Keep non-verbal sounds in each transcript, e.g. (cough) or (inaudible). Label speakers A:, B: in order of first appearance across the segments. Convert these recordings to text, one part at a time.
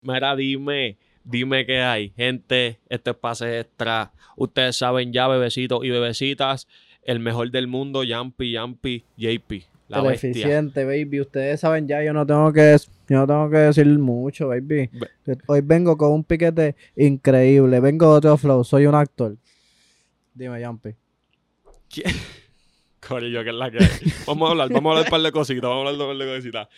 A: Mira, dime, dime qué hay. Gente, este es pase extra. Ustedes saben ya, bebecitos y bebecitas, el mejor del mundo, Yampi, Yampi, JP. La bestia.
B: Teleficiente, baby. Ustedes saben ya, yo no tengo que, yo no tengo que decir mucho, baby. Hoy vengo con un piquete increíble. Vengo de otro flow. Soy un actor. Dime, Yampi.
A: Corillo, que es la que hay. Vamos a hablar, vamos a hablar un par de cositas, vamos a hablar de un par de cositas.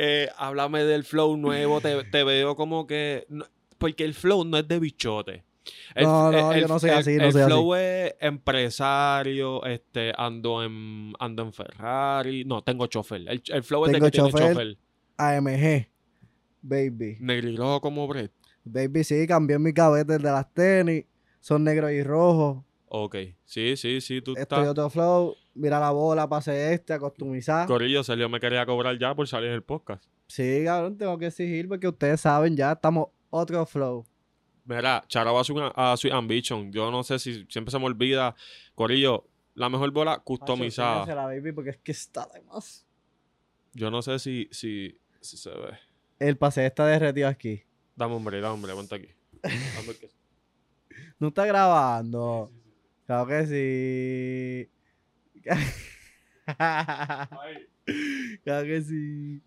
A: Eh, háblame del flow nuevo, te, te veo como que... no- porque el flow no es de bichote.
B: No, no, yo no soy así, no
A: el
B: soy así.
A: flow es empresario, este, ando en, ando en Ferrari, no, tengo chofer. El, el flow es de
B: Tengo
A: que tiene
B: chofer.
A: chofer.
B: AMG. Baby.
A: Negrilojo como Brett.
B: Baby, sí, cambié mi cabeza de las tenis. Son negros y rojos.
A: Ok, sí, sí, sí, tú
B: Estoy
A: estás...
B: otro flow. Mira la bola, este, pase extra, customizar.
A: Corillo, salió, me quería cobrar ya por salir del podcast.
B: Sí, cabrón, tengo que exigir porque ustedes saben ya, estamos otro flow.
A: Mira, Charaba a su, a Sweet Ambition. Yo no sé si siempre se me olvida. Corillo, la mejor bola
B: Macho,
A: customizada.
B: enséñasela, baby, porque es que está de más.
A: Yo no sé si, si, si se ve.
B: El pase está derretido aquí.
A: Dame hombre, dame hombre, ponte
B: (laughs)
A: aquí. Dame que-
B: No está grabando. Claro que sí. (laughs) claro que sí.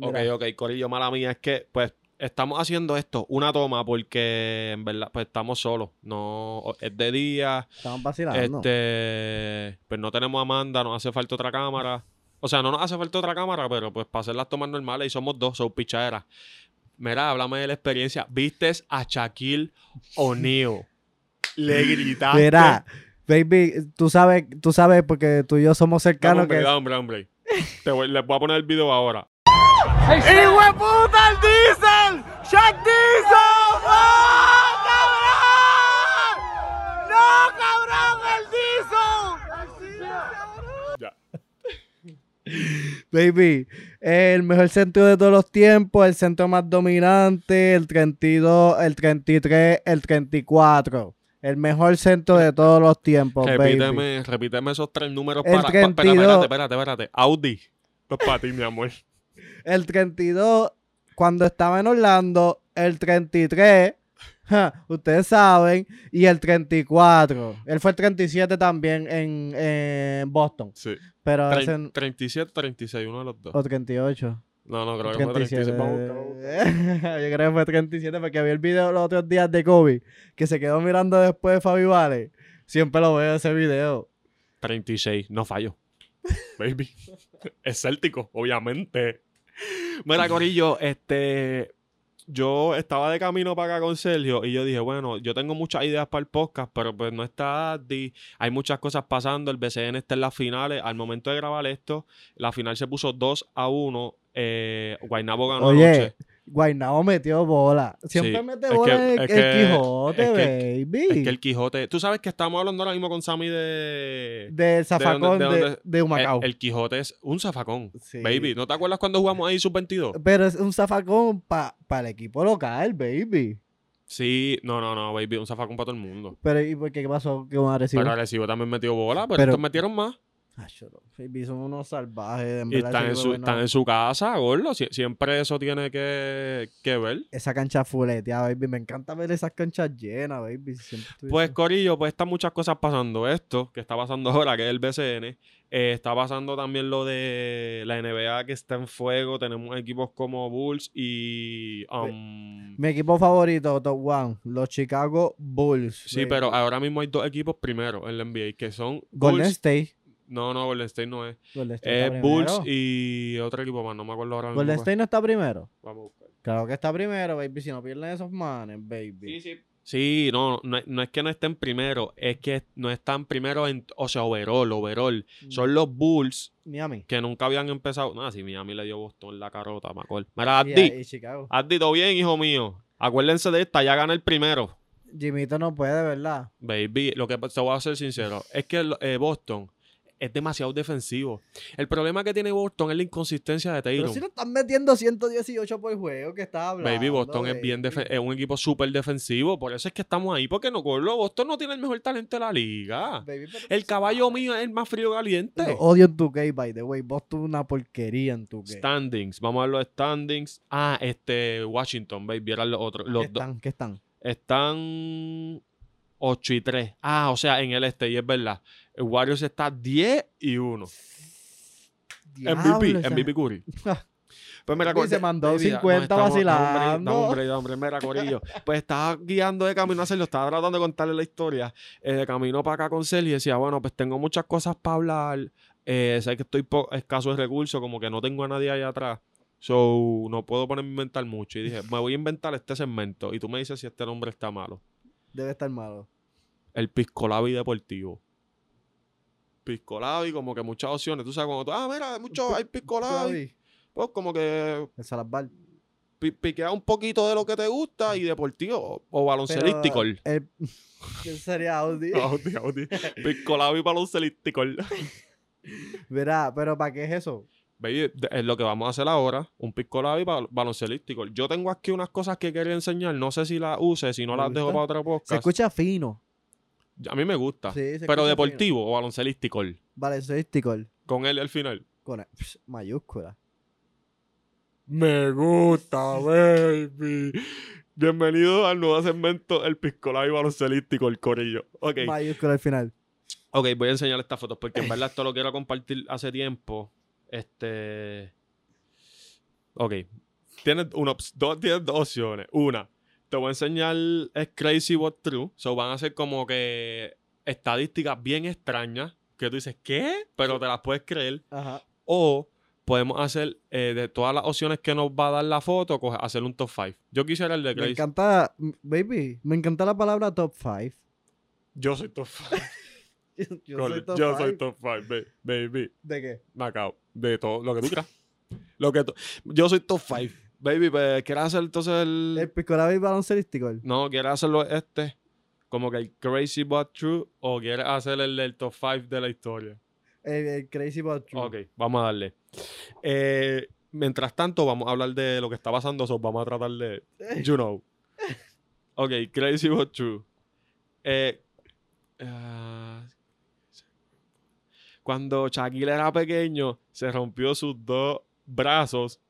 A: ok,
B: Mira,
A: ok, Corillo, mala mía. Es que, pues, estamos haciendo esto, una toma, porque en verdad, pues estamos solos. No, es de día.
B: Estamos vacilando.
A: Este, pues no tenemos a Amanda, nos hace falta otra cámara. O sea, no nos hace falta otra cámara, pero pues para hacer las tomas normales y somos dos, son pichaderas. Mira, háblame de la experiencia. Vistes a Shaquille O'Neal. Le gritaste.
B: Mira, baby, tú sabes, tú sabes porque tú y yo somos
A: Dame
B: cercanos
A: hombre,
B: que
A: dame hombre, hombre. Te voy- les voy a poner el video ahora. Ya.
B: Baby, el mejor centro de todos los tiempos, el centro más dominante, el 32, el 33, el 34. El mejor centro de todos los tiempos, Oh, baby.
A: Repíteme, repíteme esos tres números
B: El
A: para. pa- espera,
B: 32.
A: espérate, espérate, espérate. Audi. Los para ti, mi amor.
B: El 32, cuando estaba en Orlando, el 33, ja, ustedes saben, y el 34. Él fue el 37 también en, en Boston,
A: Sí.
B: pero
A: Tre-
B: ese-
A: 37, 36, uno de los dos.
B: o 38.
A: No, no, creo que fue
B: 37.
A: 37. Vamos a buscar, vamos a buscar.
B: (laughs) Yo creo que fue 37 porque vi el video los otros días de Kobe que se quedó mirando después de Fabi Vale. Siempre lo veo ese video.
A: 36, no fallo. (laughs) Baby. es céltico, obviamente. Mira, Corillo, este. Yo estaba de camino para acá con Sergio y yo dije, bueno, yo tengo muchas ideas para el podcast, pero pues no está Addy, hay muchas cosas pasando, el BCN está en las finales, al momento de grabar esto, la final se puso 2 a 1, eh, Guaynabo ganó
B: Oye,
A: anoche.
B: Guaynabo metió bola. Siempre
A: Sí,
B: mete
A: es
B: bola
A: que-
B: el,
A: es
B: el
A: que-
B: Quijote,
A: es
B: baby.
A: Es que el Quijote, tú sabes que estamos hablando ahora mismo con Sammy de...
B: Del zafacón
A: de
B: de,
A: dónde-
B: de
A: el,
B: Humacao.
A: Eh, el Quijote es un zafacón,
B: Sí.
A: baby, ¿no te acuerdas cuando jugamos ahí sub-22?
B: Pero es un zafacón para el equipo local, baby.
A: Sí, no, no, no, baby, un zafacón para todo el mundo.
B: Pero ¿y por qué, ¿Qué pasó con Arecibo?
A: Pero Arecibo también metió bola, pero,
B: Pero-
A: estos metieron más.
B: Ay, cholo, baby, son unos salvajes. en
A: Y
B: verdad,
A: están
B: ese
A: en,
B: equipo
A: su,
B: que no-
A: están en su casa, gordo. Sie- siempre eso tiene que, que ver.
B: esa cancha fuleteada, baby. Me encanta ver esas canchas llenas, baby. Si siempre estuviese-
A: Pues, Corillo, pues están muchas cosas pasando. Esto que está pasando (laughs) ahora, que es el BCN. eh, está pasando también lo de la NBA que está en fuego. Tenemos equipos como Bulls y...
B: Pues,
A: um,
B: Mi equipo favorito, top one, los Chicago Bulls.
A: sí,
B: baby.
A: pero ahora mismo hay dos equipos primero en la NBA que son
B: Golden
A: Bulls.
B: State.
A: No, no, Golden State no es.
B: Golden State,
A: Es
B: está
A: Bulls
B: primero.
A: y otro equipo más. No me acuerdo ahora mismo.
B: Golden
A: cuál.
B: State no está primero.
A: Vamos a buscar.
B: Claro que está primero, baby. Si no pierden esos manes, baby.
A: sí. Sí, no, no, es- no es que no estén primero, es que no están primero en, o sea, overall, overall.
B: Mm.
A: Son los Bulls
B: Miami.
A: que nunca habían empezado. Nada, si Miami le dio Boston la carota, me acuerdo. Mira,
B: Y,
A: Addi,
B: y Chicago.
A: Addi, todo bien, hijo mío. Acuérdense de esta, ya gana el primero.
B: Jimito no puede, ¿verdad?
A: Baby, lo que pa- te voy a ser sincero, es que el- eh, Boston es demasiado defensivo. El problema que tiene Boston es la inconsistencia de
B: Pero
A: Tatum.
B: si lo están metiendo 118 por juego, que está hablando.
A: Baby, Boston es
B: baby?
A: bien defe- es un equipo súper defensivo. Por eso es que estamos ahí. Porque no, Gordo, Boston no tiene el mejor talento de la liga.
B: Baby, pero-
A: Ah, El caballo mío es el más frío caliente.
B: Lo odio en tu gay, by the way. Vos tú una porquería en tu gay.
A: Standings. Vamos a ver los standings. Ah, este, Washington, baby. Eran los otros.
B: ¿Qué
A: Los dos.
B: están? ¿Qué están?
A: Están 8 y 3. Ah, o sea, en el este. Y es verdad. El Warriors está 10 y 1. MVP,
B: Diablo, o sea,
A: MVP
B: (laughs)
A: Curry. Pues mira,
B: Y se
A: Corillo,
B: mandó
A: baby,
B: 50
A: nos estamos-
B: vacilando.
A: No, hombre, no, hombre, mira, Corillo. Pues estaba guiando de camino a Sergio, estaba tratando de contarle la historia. eh, de camino para acá con Sergio y decía, bueno, pues tengo muchas cosas para hablar. Eh, sé que estoy po- escaso de recursos, como que no tengo a nadie allá atrás. So, no puedo ponerme a inventar mucho. Y dije, me voy a inventar este segmento. Y tú me dices si este nombre está malo.
B: Debe estar malo.
A: El Piscolabi Deportivo. Piscolabi, como que muchas opciones. Tú sabes, cuando tú, ah, mira, hay mucho, hay Piscolabi.
B: Javi,
A: Pues como que
B: El Salazar.
A: pi- piquea un poquito de lo que te gusta y deportivo o- o baloncelístico.
B: Pero, el- (laughs) ¿Quién sería (laughs) Audi?
A: Audi, Audi. Piscolabi baloncelístico.
B: Verá, pero ¿para qué es eso?
A: Baby, de- es lo que vamos a hacer ahora, un piscolabi bal- baloncelístico. Yo tengo aquí unas cosas que quería enseñar, no sé si las use, si no
B: Me
A: las
B: gusta.
A: dejo para otra
B: Se
A: podcast.
B: escucha fino.
A: A mí me gusta,
B: Sí, se
A: Ah, pero
B: escucha fino.
A: deportivo o baloncelístico,
B: Vale, soy Sticol.
A: con él al final.
B: Con el- psh, mayúscula.
A: Me gusta, baby. Bienvenido al nuevo segmento, el piscolabi baloncelístico, el corillo. Ok,
B: Mayúscula al final.
A: ok, voy a enseñar estas fotos porque
B: (laughs)
A: en verdad esto lo quiero compartir hace tiempo. Este... Ok, tienes, una ops- dos, tienes dos opciones. Una, te voy a enseñar es crazy but true. So van a ser como que estadísticas bien extrañas que tú dices, ¿qué? Pero te las puedes creer.
B: Ajá.
A: O podemos hacer eh, de todas las opciones que nos va a dar la foto, coge- hacer un top 5. Yo quisiera el de
B: Me
A: crazy.
B: encanta, m- baby, me encanta la palabra top 5.
A: Yo soy top 5.
B: (laughs) Yo soy top
A: Yo soy
B: five.
A: top 5, baby.
B: ¿De qué?
A: Macao. De todo, lo que tú creas. lo que tú- Yo soy top 5. Baby, pues, ¿quieres hacer entonces el...
B: El Piscolabi baloncelístico.
A: No, ¿quieres hacerlo este? Como que el Crazy But True o quieres hacer el del top 5 de la historia.
B: El, el Crazy Bot True.
A: Ok, vamos a darle. Eh, mientras tanto, vamos a hablar de lo que está pasando. so vamos a tratar (laughs) de... You know. Ok, Crazy But True. Eh, ah, cuando Shaquille era pequeño, se rompió sus dos brazos.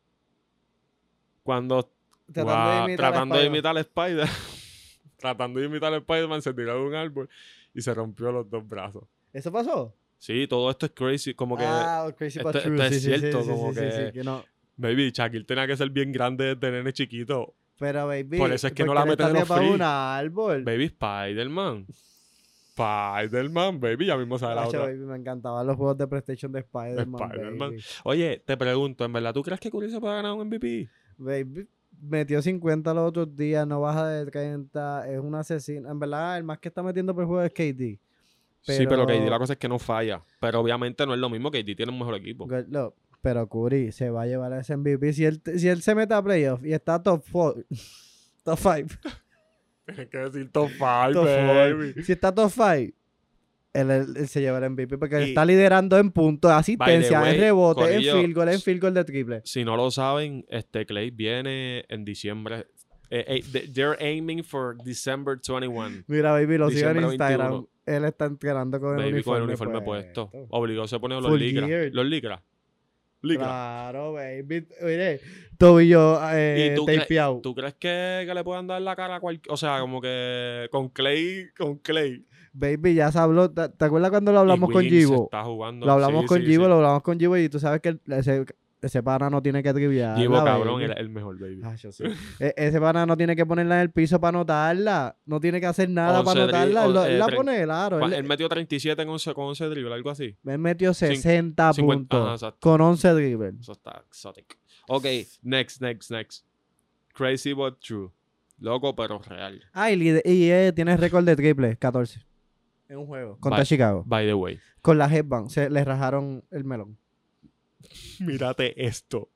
A: Cuando Guau, tratando de imitar a Spider. (laughs) tratando de imitar a Spider-Man, se tiró de un árbol y se rompió los dos brazos.
B: ¿Eso pasó?
A: Sí, todo esto es crazy. Como que,
B: ah, el Crazy Bot
A: esto-
B: True.
A: esto es
B: sí, sí, sí,
A: cierto,
B: sí,
A: como
B: sí,
A: que-
B: sí, sí, que no.
A: baby, Shaquille tenía que ser bien grande desde nene chiquito.
B: Pero, baby.
A: Por eso es que no
B: ¿por
A: la
B: qué le
A: meten en
B: estás
A: los
B: llevando
A: free?
B: un árbol.
A: Baby, Spider-Man. Spider-Man, baby, ya mismo sale la
B: Hacho,
A: otra.
B: baby, me encantaban los juegos de PlayStation de Spider-Man.
A: Spider-Man.
B: baby.
A: Oye, te pregunto, ¿en verdad tú crees que Curry se puede ganar un MVP?
B: Baby metió 50 los otros días, no baja de 30, es un asesino. En verdad, el más que está metiendo por juego es KD.
A: Sí, pero
B: Pero-
A: KD la cosa es que no falla. Pero obviamente no es lo mismo, KD tiene un mejor equipo.
B: Good luck. Pero Curry se va a llevar a ese MVP. Si él, si él se mete a playoff y está top 4, (laughs) top 5,
A: Tienes que decir top 5,
B: top four, si está top 5, él, él- él se lleva el MVP porque él
A: Y-
B: está liderando en puntos, asistencia,
A: way,
B: en rebote,
A: corillo,
B: en field goal, en field goal de triple.
A: Si no lo saben, este Clay viene en diciembre. Eh, eh, they- they're aiming for December 21.
B: Mira, baby, lo sigo en
A: Diciembre
B: Instagram.
A: 21.
B: Él está entrenando con el
A: Baby,
B: uniforme. pues,
A: con el uniforme puesto. Obligado se pone los
B: Full
A: licras.
B: gear.
A: Los licras. Licras.
B: Claro, baby. Mire, tobillo
A: ¿Y
B: eh,
A: tú, cre-
B: tapeado.
A: tú crees que, que le puedan dar la cara a cualquier... O sea, como que con Clay, con Clay.
B: Baby, ya se habló. ¿Te, te acuerdas cuando lo hablamos
A: Y
B: con
A: Wiggins
B: Givo?
A: Está jugando.
B: Lo hablamos
A: Sí,
B: con
A: sí,
B: Givo,
A: sí.
B: lo hablamos con Givo y tú sabes que el- ese, ese pana no tiene que triviar.
A: Givo, cabrón, el, el mejor, baby.
B: Ah,
A: (laughs)
B: E, ese pana no tiene que ponerla en el piso para anotarla. No tiene que hacer nada
A: Once
B: para
A: dri-
B: anotarla. Él, lo- él
A: eh,
B: la
A: tre-
B: pone el aro.
A: Juan,
B: Él,
A: Él, metió 37 en 11, con 11 dribles, algo así.
B: él metió 60
A: cincuenta- ajá,
B: puntos
A: exacto.
B: con 11 dribbles.
A: Eso está exotic. Ok, next, next, next. Crazy but true. Loco pero real.
B: Ah, y, lider- y eh, tiene récord de triple, 14. En un juego. Contra
A: Vale.
B: Chicago.
A: By the way.
B: Con la headband. Se le rajaron el melón.
A: (laughs) Mírate esto.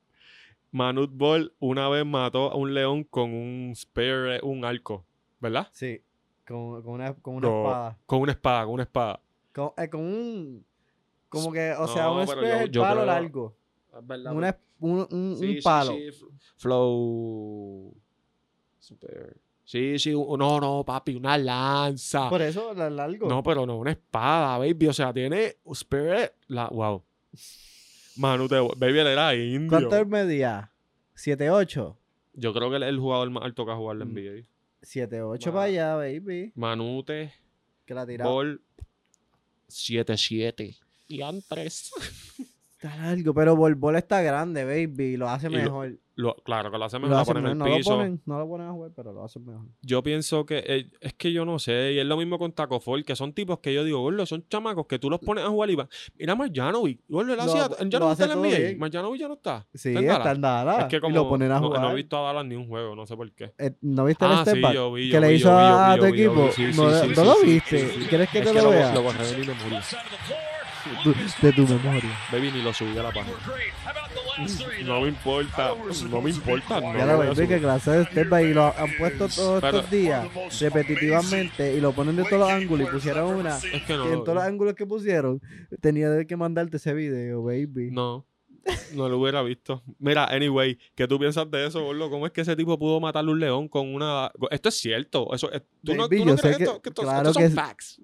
A: Manut Ball una vez mató a un león con un spear, eh, un arco, ¿verdad?
B: Sí, con, con una, con
A: una No. espada. Con una espada, con una espada.
B: Con, eh, con un. Como que, o sea,
A: No,
B: un
A: pero
B: square es
A: yo-
B: el
A: yo
B: palo
A: creo-
B: largo.
A: Es verdad.
B: Una es- un, un-
A: Sí,
B: un
A: sí,
B: palo.
A: sí, f- Flow. Super. Sí, sí. u- No, no, papi, una lanza.
B: Por eso, la- largo.
A: Ah. No, pero no, una espada, baby. O sea, tiene. Spirit. La, wow. Manu, te, baby, él era indio.
B: ¿Cuánto él medía? 7'8".
A: Yo creo que él es el jugador más alto que ha jugado en la
B: Mm.
A: NBA.
B: 7'8
A: Ma-
B: para allá, baby.
A: Manute,
B: Que la tiraba.
A: Ball, 7-7. Y antes.
B: Está largo, pero Borbol está grande, baby. Lo hace
A: Y lo-
B: mejor.
A: (laughs) Lo- claro que lo hacen
B: Lo
A: mejor, lo
B: hacen
A: ponen en
B: mejor.
A: el
B: No, lo
A: piso.
B: ponen, no lo ponen a jugar, pero lo hacen mejor.
A: Yo pienso que eh, es que yo no sé, y es lo mismo con Taco Fall, que son tipos que yo digo, gordo, son chamacos que tú los pones a jugar y va. Mira, Marjanovic, gordo, él
B: Lo-
A: hacía.
B: lo
A: Ya no
B: hace
A: está en la
B: todo
A: NBA.
B: bien.
A: Marjanovic ya no está. Está
B: Sí,
A: en Dallas.
B: está en Dallas.
A: es que como.
B: y lo ponen a
A: no-
B: jugar.
A: No, he visto a Dallas ni un juego, no sé por qué.
B: Eh, ¿No viste el
A: Ah,
B: step
A: sí,
B: back
A: yo vi.
B: que
A: yo
B: le
A: vi,
B: hizo
A: yo vi, yo
B: a
A: vi,
B: tu
A: yo vi, yo
B: equipo?
A: vi, sí,
B: ¿No,
A: sí, sí,
B: no
A: sí,
B: lo
A: sí,
B: viste?
A: sí, sí.
B: ¿Quieres que
A: Es
B: te
A: que
B: lo
A: lo,
B: vea?
A: lo bajé de mi memoria.
B: Tu- de tu memoria.
A: Baby, ni lo subí a la página. No me importa, no me importa. No,
B: Ya
A: lo
B: lo
A: voy a
B: ves, que
A: subir.
B: clase de step back y lo han puesto todos
A: Pero-
B: estos días repetitivamente y lo ponen de todos los ángulos y pusieron una
A: Es que no.
B: que en
A: lo-
B: todos los ángulos que pusieron tenía que mandarte ese video, baby.
A: No, no lo hubiera visto. Mira, anyway, ¿qué tú piensas de eso, gordo? ¿Cómo es que ese tipo pudo matar a un león con una... Esto es cierto. Eso es- ¿Tú no,
B: Baby,
A: tú no
B: yo
A: crees
B: sé que-
A: esto? Que esto-
B: claro
A: estos son
B: que es-
A: facts.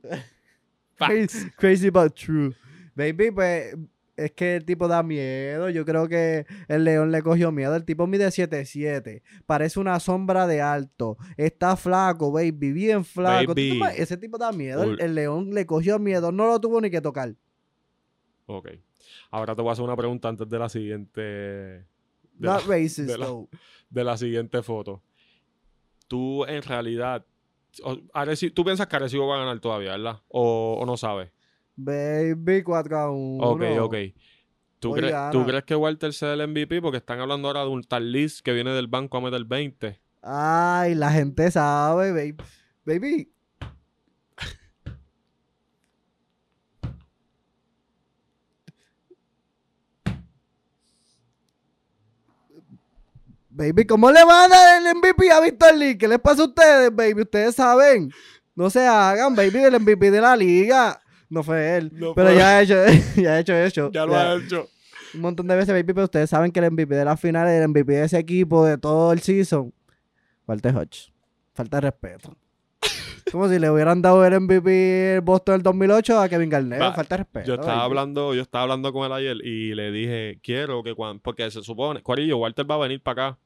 A: Facts.
B: Crazy, crazy but true. Baby, pues es que el tipo da miedo. Yo creo que el león le cogió miedo. El tipo mide 7'7. Parece una sombra de alto. Está flaco, baby, bien flaco. ¿Tú te
A: Baby.
B: imaginas? Ese tipo da miedo. El,
A: Ol-
B: el león le cogió miedo. No lo tuvo ni que tocar.
A: Ok. Ahora te voy a hacer una pregunta antes de la siguiente... De, la,
B: Not racist,
A: de la-
B: though.
A: de la siguiente foto. Tú, en realidad... o- Areci- tú piensas que Arecibo va a ganar todavía, ¿verdad? O, o no sabes.
B: Baby, 4 a 1.
A: Ok, ok. ¿Tú,
B: Hoy
A: crees-
B: gana.
A: ¿Tú crees que Walter sea el MVP? Porque están hablando ahora de un tal Liz que viene del banco a meter 20.
B: Ay, la gente sabe, baby. Baby. Baby, ¿cómo le van a dar el MVP a Víctor Lee? ¿Qué les pasa a ustedes, baby? Ustedes saben. No se hagan, baby, del MVP de la liga. No fue él.
A: No
B: pero
A: fue
B: ya ha hecho, (laughs) ya ha hecho eso.
A: Ya lo
B: Ya-
A: ha hecho.
B: un montón de veces, baby, pero ustedes saben que el MVP de las finales, el MVP de ese equipo, de todo el season, falta de Hodge. Falta
A: (laughs)
B: de respeto. Como si le hubieran dado el MVP el Boston del 2008 a Kevin Garnett.
A: Va,
B: falta de respeto.
A: Yo estaba
B: baby.
A: hablando, yo estaba hablando con él ayer y le dije, quiero que cuando, porque se supone, Corillo, Walter va a venir para acá.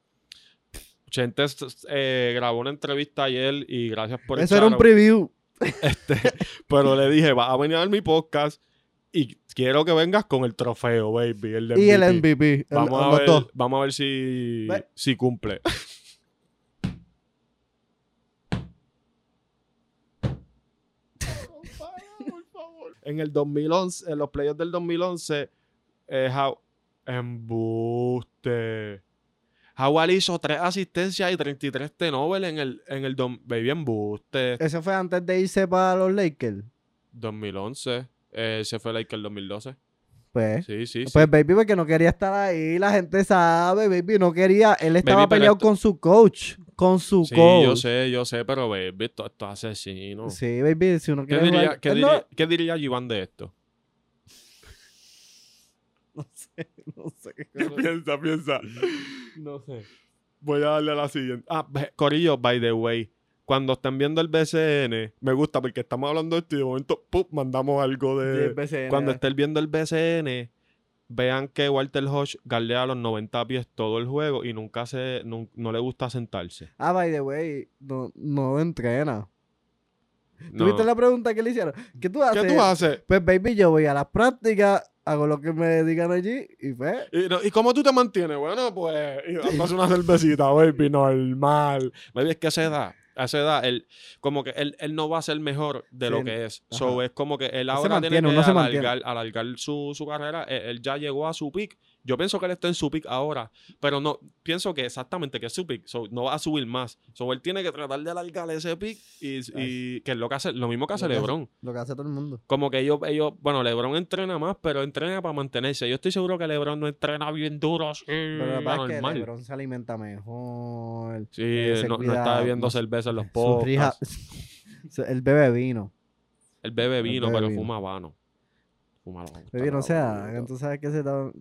A: Chente eh, grabó una entrevista ayer y gracias por
B: Eso era un
A: echarlo.
B: preview.
A: (laughs) Pero le dije, vas a venir a ver mi podcast y quiero que vengas con el trofeo, baby. El de
B: Y el
A: MVP.
B: MVP. el-
A: Vamos a
B: los
A: ver,
B: dos.
A: vamos a ver si,
B: Ve.
A: si cumple. en el 2011, en los playoffs del 2011, eh, How- embuste. Howard hizo 3 asistencias y 33 turnovers en el, en el dom- Baby Embuste
B: Eso fue antes de irse para los Lakers.
A: 2011. Eh, se fue Laker el 2012.
B: Pues.
A: Sí, sí, sí.
B: Pues baby, porque no quería estar ahí, la gente sabe, baby, no quería, él estaba
A: pero
B: peleado
A: esto-
B: con su coach, con su
A: Sí,
B: coach.
A: yo sé, yo sé, pero baby, esto, esto es asesino.
B: Sí, baby, si uno
A: ¿Qué
B: quiere
A: diría,
B: jugar-
A: qué
B: Él
A: diría,
B: Eh, no-
A: qué diría Iván de esto?
B: No (laughs) sé, no sé.
A: (laughs) piensa, piensa.
B: No sé.
A: Voy a darle a la siguiente. Ah, ve- Corillo, by the way. Cuando estén viendo el BCN, me gusta porque estamos hablando de esto y de momento, ¡pum! mandamos algo de. Eh, Cuando estén viendo el BCN, vean que Walter Hodge galdea a los 90 pies todo el juego y nunca se. nun- no le gusta sentarse.
B: Ah, by the way, no, no entrena.
A: No.
B: ¿Tuviste la pregunta que le hicieron? ¿Qué tú haces?
A: ¿Qué tú haces?
B: Pues, baby, yo voy a las prácticas, hago lo que me digan allí y pues...
A: ¿Y, no- ¿y cómo tú te mantienes? Bueno, pues, y tomas una cervecita, baby, normal. Baby, es que a esa edad, a esa edad, él, como que él, él no va a ser mejor de lo
B: Sí,
A: que es.
B: ajá.
A: So, es como que él
B: se
A: ahora
B: mantiene,
A: tiene que
B: uno se mantiene.
A: alargar, alargar su, su carrera. Él, él ya llegó a su pick. Yo pienso que él está en su pick ahora, pero no, pienso que exactamente que es su pick. So, no va a subir más. So, él tiene que tratar de alargar ese pick y, y que es lo que hace, lo mismo que hace
B: Lo que hace-
A: LeBron.
B: Lo que hace todo el mundo.
A: Como que ellos, ellos, bueno, Lebron entrena más, pero entrena para mantenerse. Yo estoy seguro que Lebron no entrena bien duro, sí,
B: Pero la verdad es que
A: Mm, normal.
B: LeBron se alimenta mejor.
A: Sí,
B: eh, se
A: no, no
B: cuida,
A: está bebiendo
B: no sé,
A: cerveza en los
B: Su (laughs) rija...
A: podcasts.
B: Su- Él bebe vino.
A: Él bebe
B: Él
A: vino,
B: bebe
A: pero
B: vino.
A: fuma vano. Fumalo, no gusta
B: Baby, no
A: nada,
B: se
A: boludo.
B: hagan, tú sabes que se da... (laughs)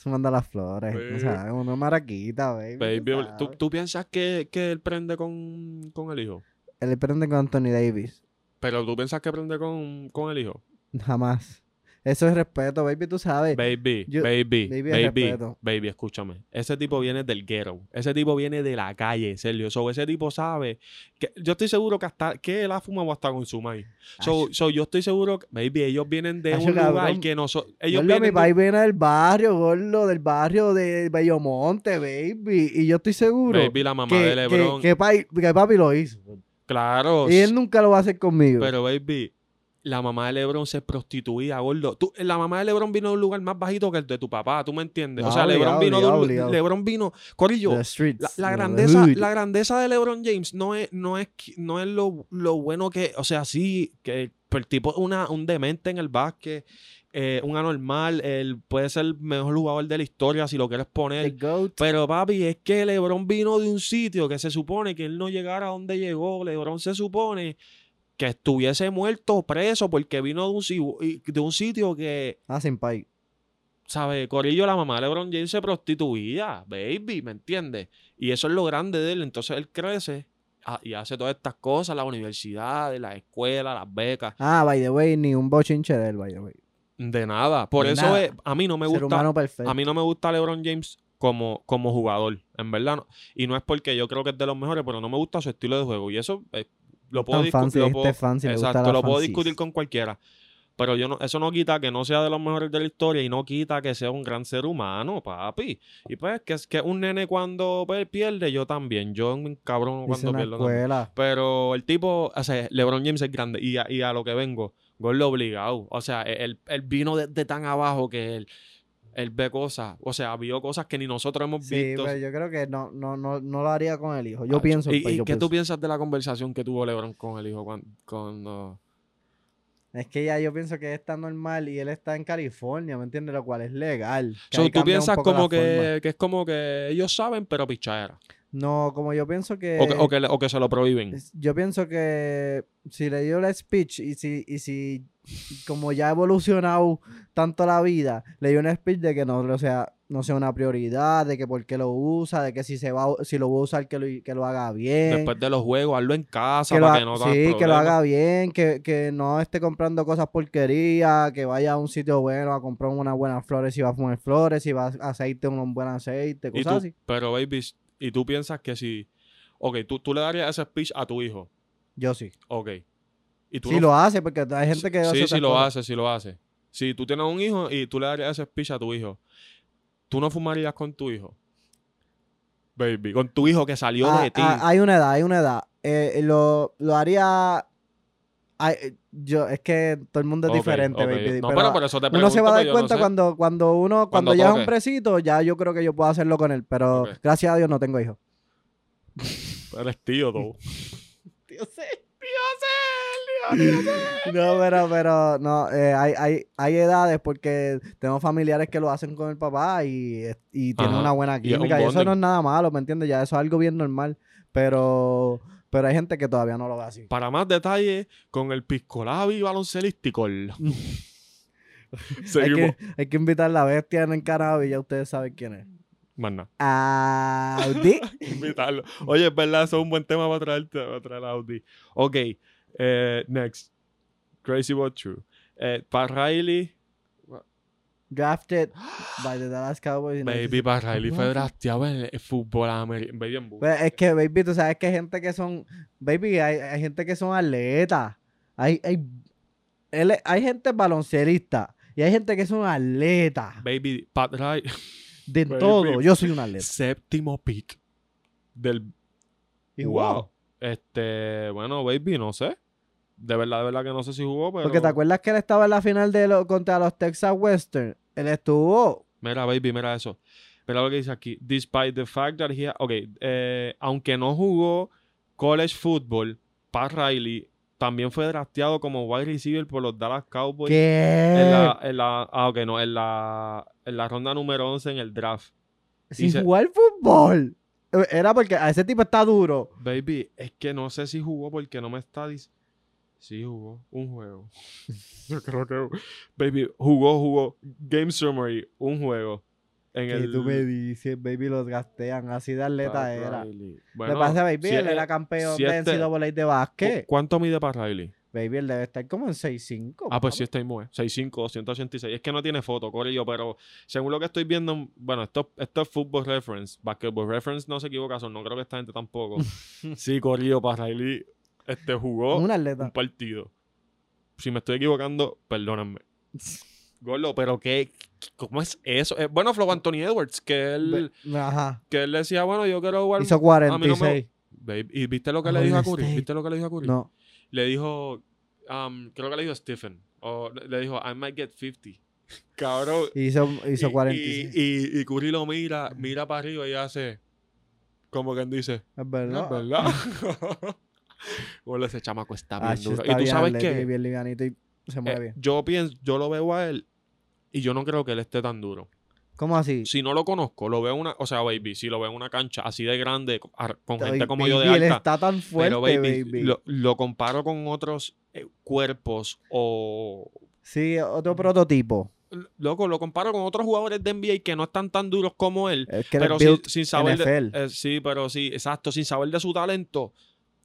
B: Se manda las flores, no
A: Baby.
B: se hagan, una maraquita, baby.
A: Baby,
B: tú
A: ¿tú,
B: sabes.
A: tú piensas que, que él prende con, con el hijo?
B: Él prende con Anthony Davis,
A: Pero tú piensas que prende con, con el hijo.
B: jamás. Eso es respeto, baby, tú sabes.
A: Baby,
B: (laughs) yo-
A: baby,
B: baby,
A: baby,
B: respeto.
A: baby, escúchame. Ese tipo viene del ghetto. Ese tipo viene de la calle, Sergio. So, ese tipo sabe. Que, yo estoy seguro que hasta que él ha fumado hasta con su maíz. So,
B: Acho.
A: so, yo estoy seguro que, baby, ellos vienen de
B: Acho,
A: un lugar
B: cabrón.
A: que no so- Ellos
B: Gordo,
A: vienen
B: mi
A: de-
B: país viene del barrio, gordo, del barrio de Bellomonte, baby. Y yo estoy seguro
A: Baby, la mamá de
B: que, que,
A: LeBron.
B: que pai- que papi lo hizo.
A: claro.
B: Y él nunca lo va a hacer conmigo.
A: Pero, baby, la mamá de Lebron se prostituía, gordo. Tú- la mamá de Lebron vino de un lugar más bajito que el de tu papá, ¿tú me entiendes? o
B: No,
A: sea, Lebron
B: obligado,
A: vino de un-
B: obligado, obligado.
A: Lebron vino... Corillo,
B: The streets,
A: la, la
B: you know, the
A: grandeza,
B: hood.
A: la grandeza de LeBron James no es, no es, qui- no es lo, lo bueno que... O sea, sí, que el tipo es una, un demente en el básquet, eh, un anormal, él puede ser el mejor jugador de la historia si lo quieres
B: The
A: poner.
B: goat.
A: Pero papi, es que LeBron vino de un sitio que se supone que él no llegara a donde llegó. LeBron se supone que estuviese muerto, preso, porque vino de un, si- y- de un sitio que,
B: Ah, sin pai.
A: ¿sabes? Corillo, la mamá de LeBron James se prostituía, baby, ¿me entiendes? Y eso es lo grande de él. Entonces él crece ah, y hace todas estas cosas, las universidades, las escuelas, las becas,
B: Ah, by the way, ni un bochinche de él, by the way.
A: de nada. Por
B: De
A: eso
B: nada.
A: es- a mí no me
B: Ser
A: gusta
B: humano perfecto.
A: A mí no me gusta LeBron James como, como jugador, en verdad. no. Y no es porque yo creo que es de los mejores, pero no me gusta su estilo de juego. Y eso eh, lo puedo
B: Tan fancy,
A: discutir.
B: este es fancy, me gusta
A: Exacto,
B: la
A: lo puedo
B: fancies.
A: discutir con cualquiera. Pero yo no, eso no quita que no sea de los mejores de la historia y no quita que sea un gran ser humano, papi. Y pues, que es que un nene cuando pues, pierde, yo también. Yo un cabrón
B: Dice
A: cuando
B: una
A: pierdo. también.
B: escuela.
A: Pero el tipo, o sea, LeBron James es grande y a, y a lo que vengo, gol obligado. O sea, e, él, él vino desde tan abajo que él, él ve cosas, o sea, vio cosas que ni nosotros hemos
B: Sí,
A: visto.
B: pero yo creo que no, no, no, no lo haría con el hijo. Yo
A: Hacho.
B: pienso.
A: Ah, ¿Y,
B: pues,
A: y
B: yo
A: qué tú
B: pienso.
A: piensas de la conversación que tuvo LeBron con el hijo cuan- cuando...
B: Es que ya yo pienso que él está normal y él está en California, ¿me entiendes? Lo cual es legal. que
A: So,
B: ahí
A: tú
B: cambia un
A: piensas
B: poco la
A: como
B: forma.
A: que, que es como que ellos saben, pero pichadera.
B: No, como yo pienso que...
A: o, que, o que le- o que se lo prohíben.
B: Eh, es- Yo pienso que si le dio el speech y si, y si como ya ha evolucionado tanto la vida, le dio un speech de que no, o sea, no sea una prioridad, de que por qué lo usa, de que si se va a- si lo va a usar que lo, que lo haga bien.
A: Después de los juegos, hazlo en casa
B: eh, que lo
A: para
B: ha-
A: que no
B: sí,
A: tengas
B: que lo
A: problemas.
B: haga bien, que, que no esté comprando cosas porquerías, que vaya a un sitio bueno a comprar unas buenas flores si va a fumar flores, si va a aceite, un buen aceite,
A: Y
B: cosas
A: tú-
B: así.
A: Pero, baby, y tú piensas que si... Ok, tú, tú le darías ese speech a tu hijo.
B: Yo sí.
A: Ok. Y tú
B: Si
A: no-
B: lo hace, porque hay gente que
A: Sí,
B: hace
A: sí,
B: otras
A: lo
B: cosas.
A: hace, sí lo hace. Si tú tienes un hijo y tú le darías ese speech a tu hijo, tú no fumarías con tu hijo. Baby, con tu hijo que salió
B: Ah,
A: de ti.
B: ah, hay una edad, hay una edad. Eh, eh, lo, lo haría... ay, eh, yo, es que todo el mundo es
A: Ok,
B: diferente,
A: ok.
B: baby,
A: No,
B: pero
A: pero por eso te pregunto.
B: uno se va a
A: pues,
B: dar
A: yo no
B: cuenta
A: sé.
B: cuando, cuando uno, cuando,
A: Cuando
B: ya es
A: toque.
B: un presito, ya yo creo que yo puedo hacerlo con él, pero
A: Ok.
B: gracias a Dios no tengo hijos.
A: Eres
B: (laughs)
A: tío, tú.
B: Tío No, pero, pero, no, eh, hay, hay, hay edades porque tenemos familiares que lo hacen con el papá y, y tienen
A: Ajá.
B: una buena
A: Y es un
B: química. Y, eso
A: bonding.
B: no es nada malo, ¿me entiendes? Ya eso es algo bien normal. Pero, pero hay gente que todavía no lo ve así.
A: Para más detalles, con el Piscolabi baloncelístico. (laughs)
B: Hay
A: Seguimos.
B: que, hay que invitar a la bestia en el cannabis, ya ustedes saben
A: (laughs)
B: quién es.
A: Más nada.
B: Audi.
A: Invitarlo. Oye, es verdad, eso es un buen tema para traerte, para traer a Audi. Ok, eh, next. Crazy but true. Eh, para Riley,
B: Drafted by the Dallas Cowboys. in
A: Baby
B: 96.
A: para Riley fue
B: What?
A: drafteado en el fútbol americano. Baby en bu-
B: Pues es que, baby, tú sabes que hay gente que son. Baby, hay, hay gente que son atletas. Hay, hay, él es- hay gente baloncelista. Y hay gente que son atletas.
A: Baby Pat Riley,
B: De
A: Baby.
B: todo. Yo soy un atleta.
A: séptimo pick del
B: Y
A: wow.
B: jugó.
A: Este, bueno, baby, no sé. De verdad, de verdad que no sé si jugó, pero.
B: Porque te acuerdas que él estaba en la final de lo- contra los Texas Western. Él estuvo.
A: Mira, baby, mira eso. Mira lo que dice aquí. Despite the fact that he. Ok, eh, aunque no jugó college football, Pat Riley también fue drafteado como wide receiver por los Dallas Cowboys. En
B: ¿Qué?
A: la, en la- ah, ok, no, en la, en la ronda número 11 en el draft.
B: Sin
A: dice-
B: jugar fútbol. Eh, Era porque a ese tipo está duro.
A: Baby, es que no sé si jugó porque no me está dis- Sí, jugó un juego. (laughs) Yo creo que. Baby, jugó, jugó. Game Summary, un juego. En
B: Y
A: el.
B: tú me dices, baby, lo trastean. Así de atleta
A: Pat
B: era.
A: Riley.
B: Le
A: Bueno,
B: pasa a Baby,
A: si
B: él
A: es-
B: era campeón
A: si
B: de
A: este-
B: NCAA de básquet.
A: ¿cu- ¿Cuánto mide para Riley?
B: Baby, él debe estar como en 6'5.
A: Ah, pues sí
B: Oh, papi.
A: está inmune. 6'5, 186. Es que no tiene foto, Corillo, pero según lo que estoy viendo, bueno, esto, esto es Football Reference. Basketball Reference no se equivoca, son, no creo que esta gente tampoco.
B: (laughs)
A: sí, Corillo, para Riley este, jugó
B: Un
A: un
B: atleta.
A: partido. Si me estoy equivocando, perdónenme. Gorlo, pero ¿qué? ¿Cómo es eso? Eh, bueno, Flow Anthony Edwards, que él,
B: Ve- Ajá.
A: que él decía, bueno, yo quiero jugar.
B: Hizo
A: a mí no me-
B: 46.
A: Babe, ¿Y viste lo que le
B: Golden
A: dijo a Curry?
B: State.
A: ¿Viste lo que le dijo a Curry?
B: No.
A: Le dijo, um, creo que le dijo Stephen. O le le dijo, I might get 50. (laughs) Cabrón.
B: Hizo, hizo
A: y-
B: 46.
A: Y, y, y Curry lo mira, mira para arriba y hace, como quien dice,
B: es
A: "No,
B: verdad.
A: es
B: (laughs)
A: ¿verdad? (laughs) Gorlo, ese chamaco está bien
B: Ah,
A: duro.
B: está
A: y tú
B: bien
A: sabes
B: atlético
A: que
B: y bien livianito y se
A: eh,
B: mueve bien.
A: yo pienso, yo lo veo a él y yo no creo que él esté tan duro.
B: ¿Cómo así?
A: Si no lo conozco, lo veo en una, o sea, baby, si lo veo en una cancha así de grande, co- ar- con
B: Ay,
A: gente como yo de
B: baby, él
A: alta,
B: está tan fuerte,
A: pero baby,
B: baby.
A: Lo, lo comparo con otros eh, cuerpos o
B: Sí, otro prototipo.
A: l- loco, lo comparo con otros jugadores de NBA que no están tan duros como él,
B: Es que él
A: pero
B: es
A: sin,
B: built
A: sin saber de,
B: NFL.
A: eh, sí, pero sí, exacto, sin saber de su talento,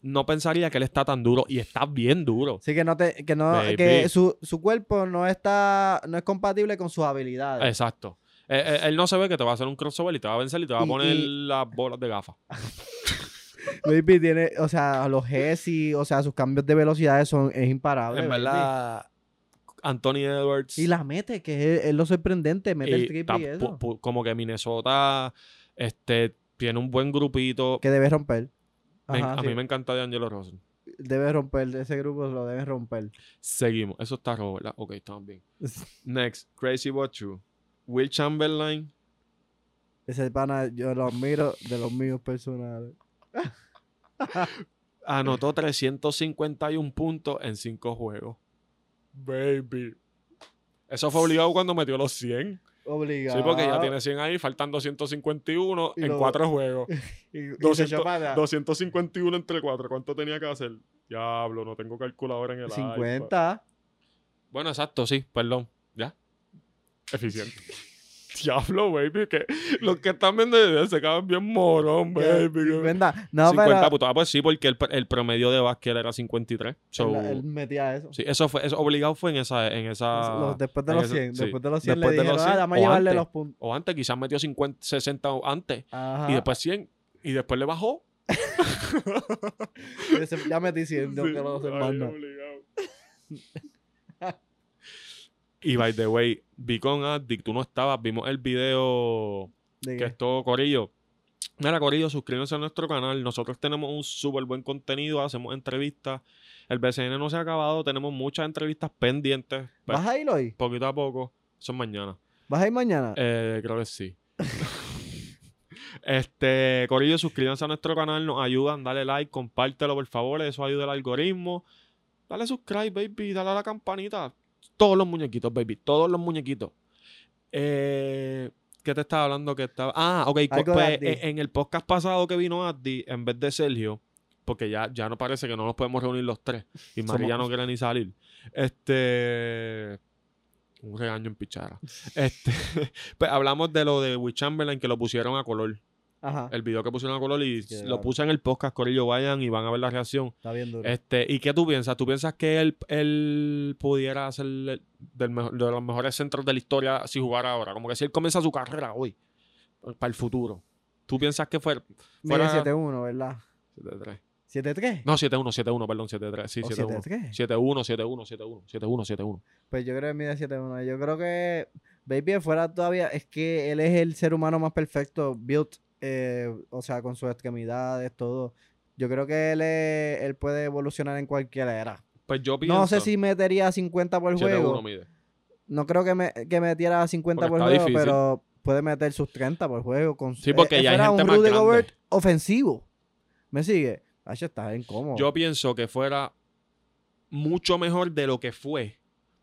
A: no pensaría que él está tan duro y está bien duro.
B: Sí, que no te, que no,
A: Baby.
B: que su, su cuerpo no está, no es compatible con sus habilidades.
A: Exacto. Eh, eh, él no se ve que te va a hacer un crossover y te va a vencer y te va a
B: Y-
A: poner
B: y-
A: las bolas de gafa.
B: Baby tiene, o sea, los y o sea, sus cambios de velocidades son, es imparable.
A: En
B: baby.
A: verdad, Anthony Edwards.
B: Y la mete, que es, es lo sorprendente, mete el
A: y
B: triple
A: tam-
B: y
A: pu-
B: eso.
A: pu- como que Minnesota este, tiene un buen grupito.
B: Que debe romper.
A: Me en-
B: Ajá,
A: a
B: sí.
A: mí me encanta de Angelo Rosen.
B: Debe romper, ese grupo lo debe romper.
A: Seguimos. Eso está rojo, ¿verdad? Ok, estamos bien. Next, Crazy But True. Will Chamberlain.
B: Ese pana, yo lo admiro de los míos personales.
A: anotó 351 puntos en 5 juegos. Baby. Eso fue obligado cuando metió los 100.
B: Obligado.
A: Sí, porque ya tiene 100 ahí, faltan 251
B: Y
A: en
B: lo-
A: 4 juegos.
B: Y- y
A: 200
B: se chapara.
A: 251 entre 4. ¿Cuánto tenía que hacer? Diablo, no tengo calculadora en el iPad.
B: 50.
A: Bueno, exacto, sí, perdón. Ya. Eficiente. (laughs) Diablo, baby, que los que están viendo el video se acaban bien morón,
B: que-
A: baby. que-
B: 50. No,
A: 50
B: pero
A: puto. Ah, pues sí, porque el, pr- el promedio de básquet era 53. So,
B: él, él metía eso.
A: Sí, eso fue, eso obligado fue en esa, en esa.
B: Los- después de
A: en
B: los
A: ese-
B: 100.
A: sí.
B: Después de los 100
A: Después
B: le
A: de
B: dijeron,
A: los
B: ah,
A: 100
B: dame a
A: o
B: llevarle
A: antes.
B: los puntos.
A: O antes, quizás metió 50, 60 o antes.
B: Ajá.
A: Y después 100. Y después le bajó.
B: Y ese- ya metí 100. Yo
A: Sí.
B: que los
A: Ay,
B: hermanos.
A: obligado. (laughs) y by the way, Beacon Addict, tú no estabas. Vimos el video
B: De
A: que
B: que-
A: es todo Corillo. Mira, Corillo, suscríbanse a nuestro canal. Nosotros tenemos un súper buen contenido, hacemos entrevistas. El BCN no se ha acabado, tenemos muchas entrevistas pendientes. pero
B: ¿Vas a ir hoy?
A: poquito a poco, son mañana.
B: ¿Vas a ir mañana?
A: Eh, creo que sí. (laughs) este, Corillo, suscríbanse a nuestro canal, nos ayudan, dale like, compártelo, por favor, eso ayuda al algoritmo. Dale subscribe, baby, dale a la campanita. Todos los muñequitos, baby, todos los muñequitos. Eh, ¿Qué te estaba hablando? Que estaba... Ah, ok, co-
B: Algo de
A: pues,
B: Addi.
A: en, en el podcast pasado que vino Addi, en vez de Sergio, porque ya, ya no parece que no nos podemos reunir los tres, y María
B: Somos-
A: no quiere ni salir. Este. Un regaño en pichara. Este, (laughs) pues hablamos de lo de Will Chamberlain que lo pusieron a color.
B: Ajá.
A: El video que pusieron a color y
B: Qué
A: lo
B: raro.
A: puse en el podcast, Corillo, vayan y van a ver la reacción.
B: Está bien duro.
A: Este, ¿y qué tú piensas? ¿Tú piensas que él, él pudiera ser el- del mejo- de los mejores centros de la historia si jugara ahora? Como que si él comienza su carrera hoy, para el futuro. ¿Tú piensas que fue
B: Mide
A: fuera-
B: 7-1, ¿verdad?
A: 7-3?
B: 7-3.
A: No, 7-1, 7-1, perdón, 7-3. Sí,
B: ¿O
A: 7-1.
B: 7-3?
A: 7-1, 7-1, 7-1, 7-1, 7-1.
B: Pues yo creo que mide 7-1. Yo creo que Baby fuera todavía. Es que él es el ser humano más perfecto, built, eh, o sea, con sus extremidades, todo. Yo creo que él, es- él puede evolucionar en cualquier era.
A: Pues yo pienso.
B: No sé si metería 50 por
A: 7-1
B: juego.
A: mide.
B: No creo que, me, que metiera
A: Porque
B: 50 por
A: está
B: juego,
A: difícil.
B: pero puede meter sus 30 por juego. Con,
A: Sí, porque
B: eh,
A: ya hay
B: fuera
A: gente
B: un
A: más
B: Rudy
A: grande.
B: Gobert ofensivo. ¿Me sigue? Ay, Oh. está incómodo.
A: Yo pienso que fuera mucho mejor de lo que fue,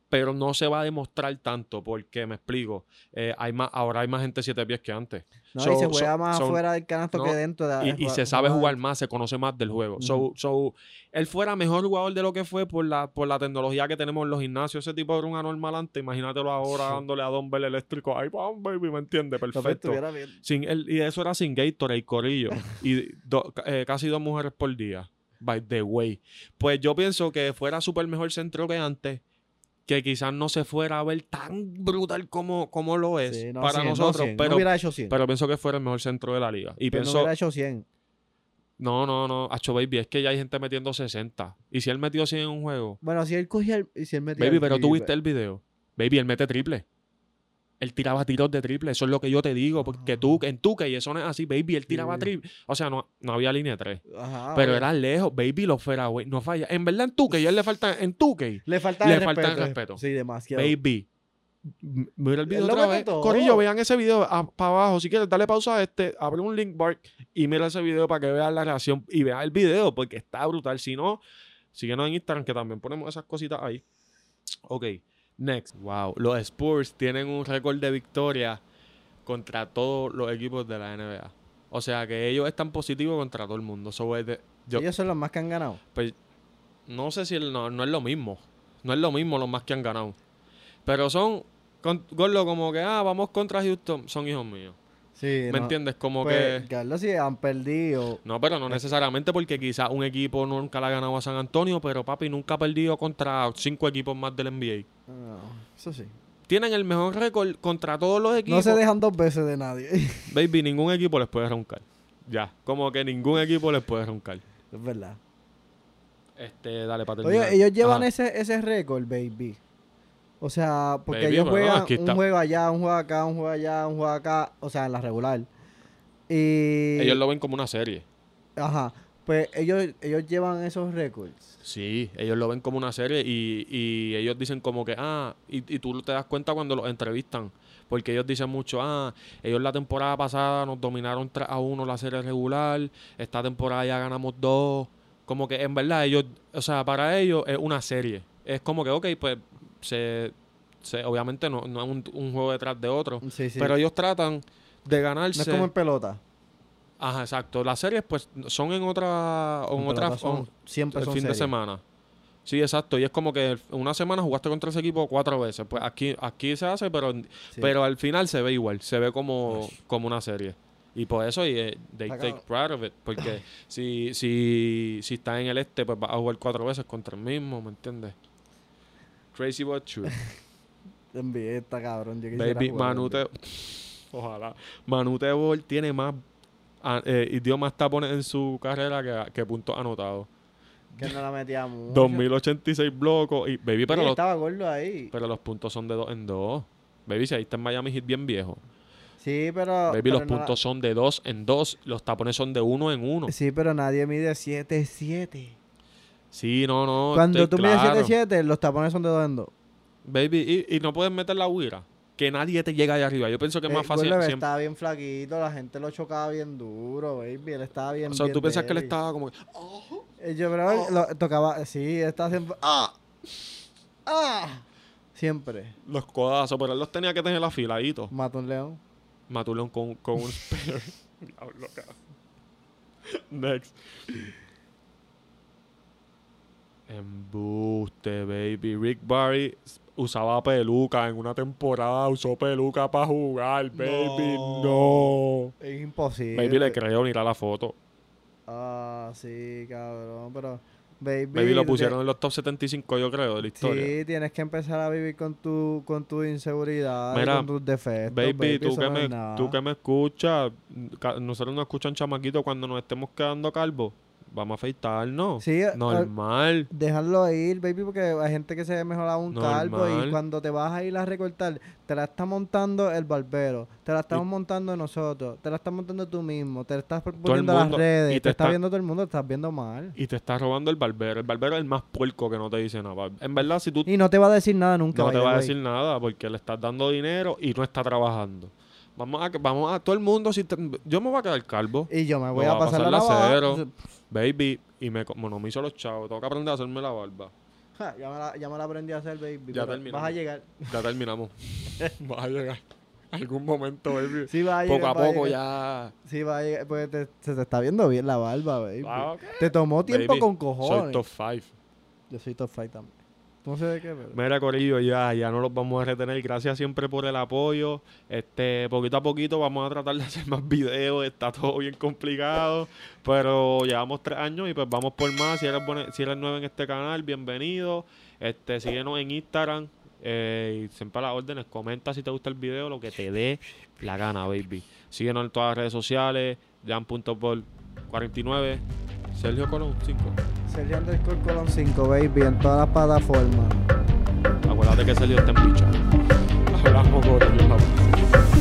A: pero no se va a demostrar tanto porque, me explico, eh, hay más, ahora hay más gente siete pies que antes.
B: No,
A: So-
B: y se juega
A: so-
B: más
A: so-
B: afuera del canasto
A: no,
B: que dentro. de-
A: y, y
B: juega-
A: se sabe
B: juega-
A: jugar más, se conoce más del juego.
B: Ujú.
A: So, so, él fuera mejor jugador de lo que fue por la, por la tecnología que tenemos en los gimnasios. Ese tipo era un anormal antes. Imagínatelo ahora
B: Sí.
A: dándole a Dumbbell eléctrico. Ay, pam, baby, me entiende,
B: Lo que
A: perfecto.
B: estuviera bien.
A: Sin el- y eso era sin Gatorade,
B: (laughs)
A: corillo. y do- ca- eh, casi dos mujeres por día. By the way. Pues yo pienso que fuera súper mejor centro que antes. Que quizás no se fuera a ver tan brutal como, como lo es
B: Sí, no,
A: para
B: 100, no,
A: nosotros.
B: 100. No
A: pero,
B: hubiera hecho 100.
A: pero pienso que fuera el mejor centro de la liga. Y
B: Pero no
A: pienso.
B: hubiera hecho 100.
A: No, no, no. Acho, baby, es que ya hay gente metiendo 60. Y si él metió 100 en un juego.
B: Bueno, si él cogía el. y Si él metía
A: Baby,
B: el
A: pero tú
B: triple.
A: viste el video. Baby, él mete triple. Él tiraba tiros de triple. Eso es lo que yo te digo. Porque tú, en tu que eso no es así, baby, él tiraba
B: Sí.
A: triple. O sea, no, no había línea 3.
B: Ajá,
A: pero
B: obvio.
A: era lejos. Baby, los fairway no falla. En verdad, en tu que ya le falta. En tu que.
B: Le falta
A: le
B: el
A: falta el
B: respeto.
A: respeto.
B: Sí, demasiado.
A: Baby. M- Mira el video
B: Él lo
A: otra
B: mete
A: vez.
B: todo.
A: Corillo, vean ese video para abajo. Si quieres, dale pausa a este, abre un link bar y mira ese video para que vean la reacción y vean el video porque está brutal. Si no, síguenos en Instagram que también ponemos esas cositas ahí. Ok, next. Wow, los Spurs tienen un récord de victoria contra todos los equipos de la NBA. O sea que ellos están positivos contra todo el mundo. Eso es de- yo-
B: Ellos son los más que han ganado.
A: pues no sé si el- no, no es lo mismo. No es lo mismo los más que han ganado. Pero son, con, Gordo, como que, ah, vamos contra Houston, son hijos míos.
B: Sí,
A: ¿Me
B: no,
A: entiendes? Como
B: Pues, eh,
A: que...
B: Carlos, sí, han perdido.
A: No, pero no necesariamente porque quizás un equipo nunca le ha ganado a San Antonio, pero papi nunca ha perdido contra cinco equipos más del NBA.
B: Ah, eso sí.
A: Tienen el mejor récord contra todos los
B: No
A: equipos.
B: se dejan dos veces de nadie. (laughs) es
A: Baby, ningún equipo les puede roncar. Ya, como que ningún equipo les puede roncar.
B: verdad.
A: Este, dale para terminar.
B: Oye, ellos llevan
A: Ajá.
B: ese, ese récord, baby. O sea, porque
A: Baby,
B: ellos
A: pero no,
B: juegan
A: aquí está.
B: un juego allá, un juego acá, un juego allá, un juego acá. O sea, en la regular. Y...
A: Ellos lo ven como una serie.
B: Ajá. Pues ellos, ellos llevan esos récords.
A: Sí, ellos lo ven como una serie y, y ellos dicen como que, ah, y, y tú te das cuenta cuando los entrevistan, porque ellos dicen mucho, ah, ellos la temporada pasada nos dominaron 3 a 1 la serie regular, esta temporada ya ganamos 2, como que en verdad ellos, o sea, para ellos es una serie, es como que, ok, pues se, se- obviamente no, no es un, un juego detrás de otro,
B: Sí, sí.
A: pero ellos tratan de
B: no es
A: ganarse.
B: como en pelota.
A: Ajá, exacto, las series pues son en otra, en
B: En
A: otra,
B: pelota son-
A: en-
B: siempre
A: el
B: son
A: fin de
B: series.
A: semana. Sí, exacto. Y es como que el- una semana jugaste contra ese equipo cuatro veces. Pues aquí, aquí se hace, pero,
B: Sí.
A: pero al final se ve igual. Se ve como, como una serie. Y por eso y, eh, they
B: Está
A: take pride of it.
B: (coughs)
A: Porque si, si, si estás en el este, pues vas a jugar cuatro veces contra el mismo, ¿me entiendes? Crazy but true.
B: NBA está cabrón. Yo (laughs) quisiera
A: Baby,
B: jugar
A: Manute... Ojalá. Manute Ball tiene más... ah, eh, y dio más tapones en su carrera que, que puntos anotados.
B: NBA. Que no la metía mucho.
A: 2086 blocos. Y, baby, pero
B: Oye,
A: los
B: estaba gordo ahí.
A: Pero los puntos son de dos en dos. Baby, si ahí está en Miami Heat bien viejo.
B: sí, pero.
A: Baby,
B: pero
A: los
B: no la-
A: puntos son de dos en dos. Los tapones son de uno en uno.
B: Sí, pero nadie mide 7-7.
A: Sí, no, no.
B: Cuando tú
A: estoy claro.
B: mides 7-7, los tapones son de 2 en 2.
A: Baby, y, y no puedes meter la huira. Que nadie te llega allá arriba. Yo pienso que
B: Eh,
A: es más fácil. siempre.
B: estaba bien flaquito, la gente lo chocaba bien duro, baby. Él estaba bien.
A: O sea,
B: bien
A: tú piensas que él
B: débil.
A: estaba como. que,
B: Eh, Yo creo que lo tocaba. Sí, él estaba siempre. ¡Ah! ¡Ah! Siempre.
A: Los codazos, pero él los tenía que tener afiladitos.
B: Mató un león.
A: Matulón con, con un
B: (laughs)
A: spear. Diablo, cabrón. Next. Embuste, baby. Rick Barry s- usaba peluca. En una temporada usó peluca para jugar, baby. No.
B: Es imposible.
A: Baby le creo, mira la foto.
B: Ah, sí, cabrón, pero. Baby,
A: Baby lo
B: te-
A: pusieron en los top 75, yo creo, de la historia.
B: Sí, tienes que empezar a vivir con tu, con tu inseguridad, y
A: Mira,
B: con tus defectos.
A: Baby, tú,
B: eso
A: que
B: no es
A: me,
B: nada.
A: tú que me escuchas, ca- nosotros nos escuchan chamaquito cuando nos estemos quedando calvos. Vamos a afeitarnos.
B: Sí, eh,
A: Normal.
B: Dejarlo ir, baby, porque hay gente que se ve mejor a un calvo y
A: Normal.
B: cuando te vas a ir a recortar, te la está montando el barbero, te la estamos
A: Y-
B: montando nosotros, te la estás montando tú mismo, te la estás
A: el
B: poniendo a las
A: mundo,
B: redes,
A: y
B: te,
A: te
B: está
A: está-
B: viendo todo el mundo, te estás viendo mal.
A: Y te está robando el barbero. El barbero es el más puerco que no te dice nada. En verdad, si tú
B: Y no te va a decir nada nunca.
A: no te
B: by the
A: va a
B: way.
A: decir nada porque le estás dando dinero y no está trabajando. Vamos a que- vamos a todo el mundo si te- yo me voy a quedar calvo,
B: Y yo me voy
A: No
B: a
A: va a
B: pasar,
A: pasar
B: la
A: la
B: navaja.
A: cero. baby, y me como no me hizo los chavos, tengo que aprender a hacerme la barba.
B: (laughs) Ja, ya, me la, ya me la aprendí a hacer, baby.
A: Ya
B: pero
A: terminamos.
B: Vas a llegar.
A: Ya (laughs) terminamos. va a llegar. Algún momento, baby. (laughs)
B: Sí, vas a llegar.
A: poco a
B: vas
A: poco ya.
B: llegar. Sí, vas a llegar. Porque te- se te está viendo bien la barba, baby.
A: Ah, ok.
B: Te tomó tiempo
A: Baby,
B: con
A: Soy
B: cojones.
A: top 5.
B: Yo soy top fight también. No sé de qué, pero.
A: Mira, Corillo, ya, ya no los vamos a retener. Gracias siempre por el apoyo. Este, poquito a poquito vamos a tratar de hacer más videos. Está todo bien complicado. Pero llevamos tres años y pues vamos por más. Si eres, buen- si eres nuevo en este canal, bienvenido. Este, síguenos en Instagram. eh, y siempre a las órdenes. Comenta si te gusta el video, lo que te dé la gana, baby. Síguenos en todas las redes sociales. Jan.por49. Sergio Colón 5.
B: Sergio underscore colon 5, baby. En todas las plataformas.
A: Acuérdate que Sergio está en bicha. Hablamos, Corillo. hablamos.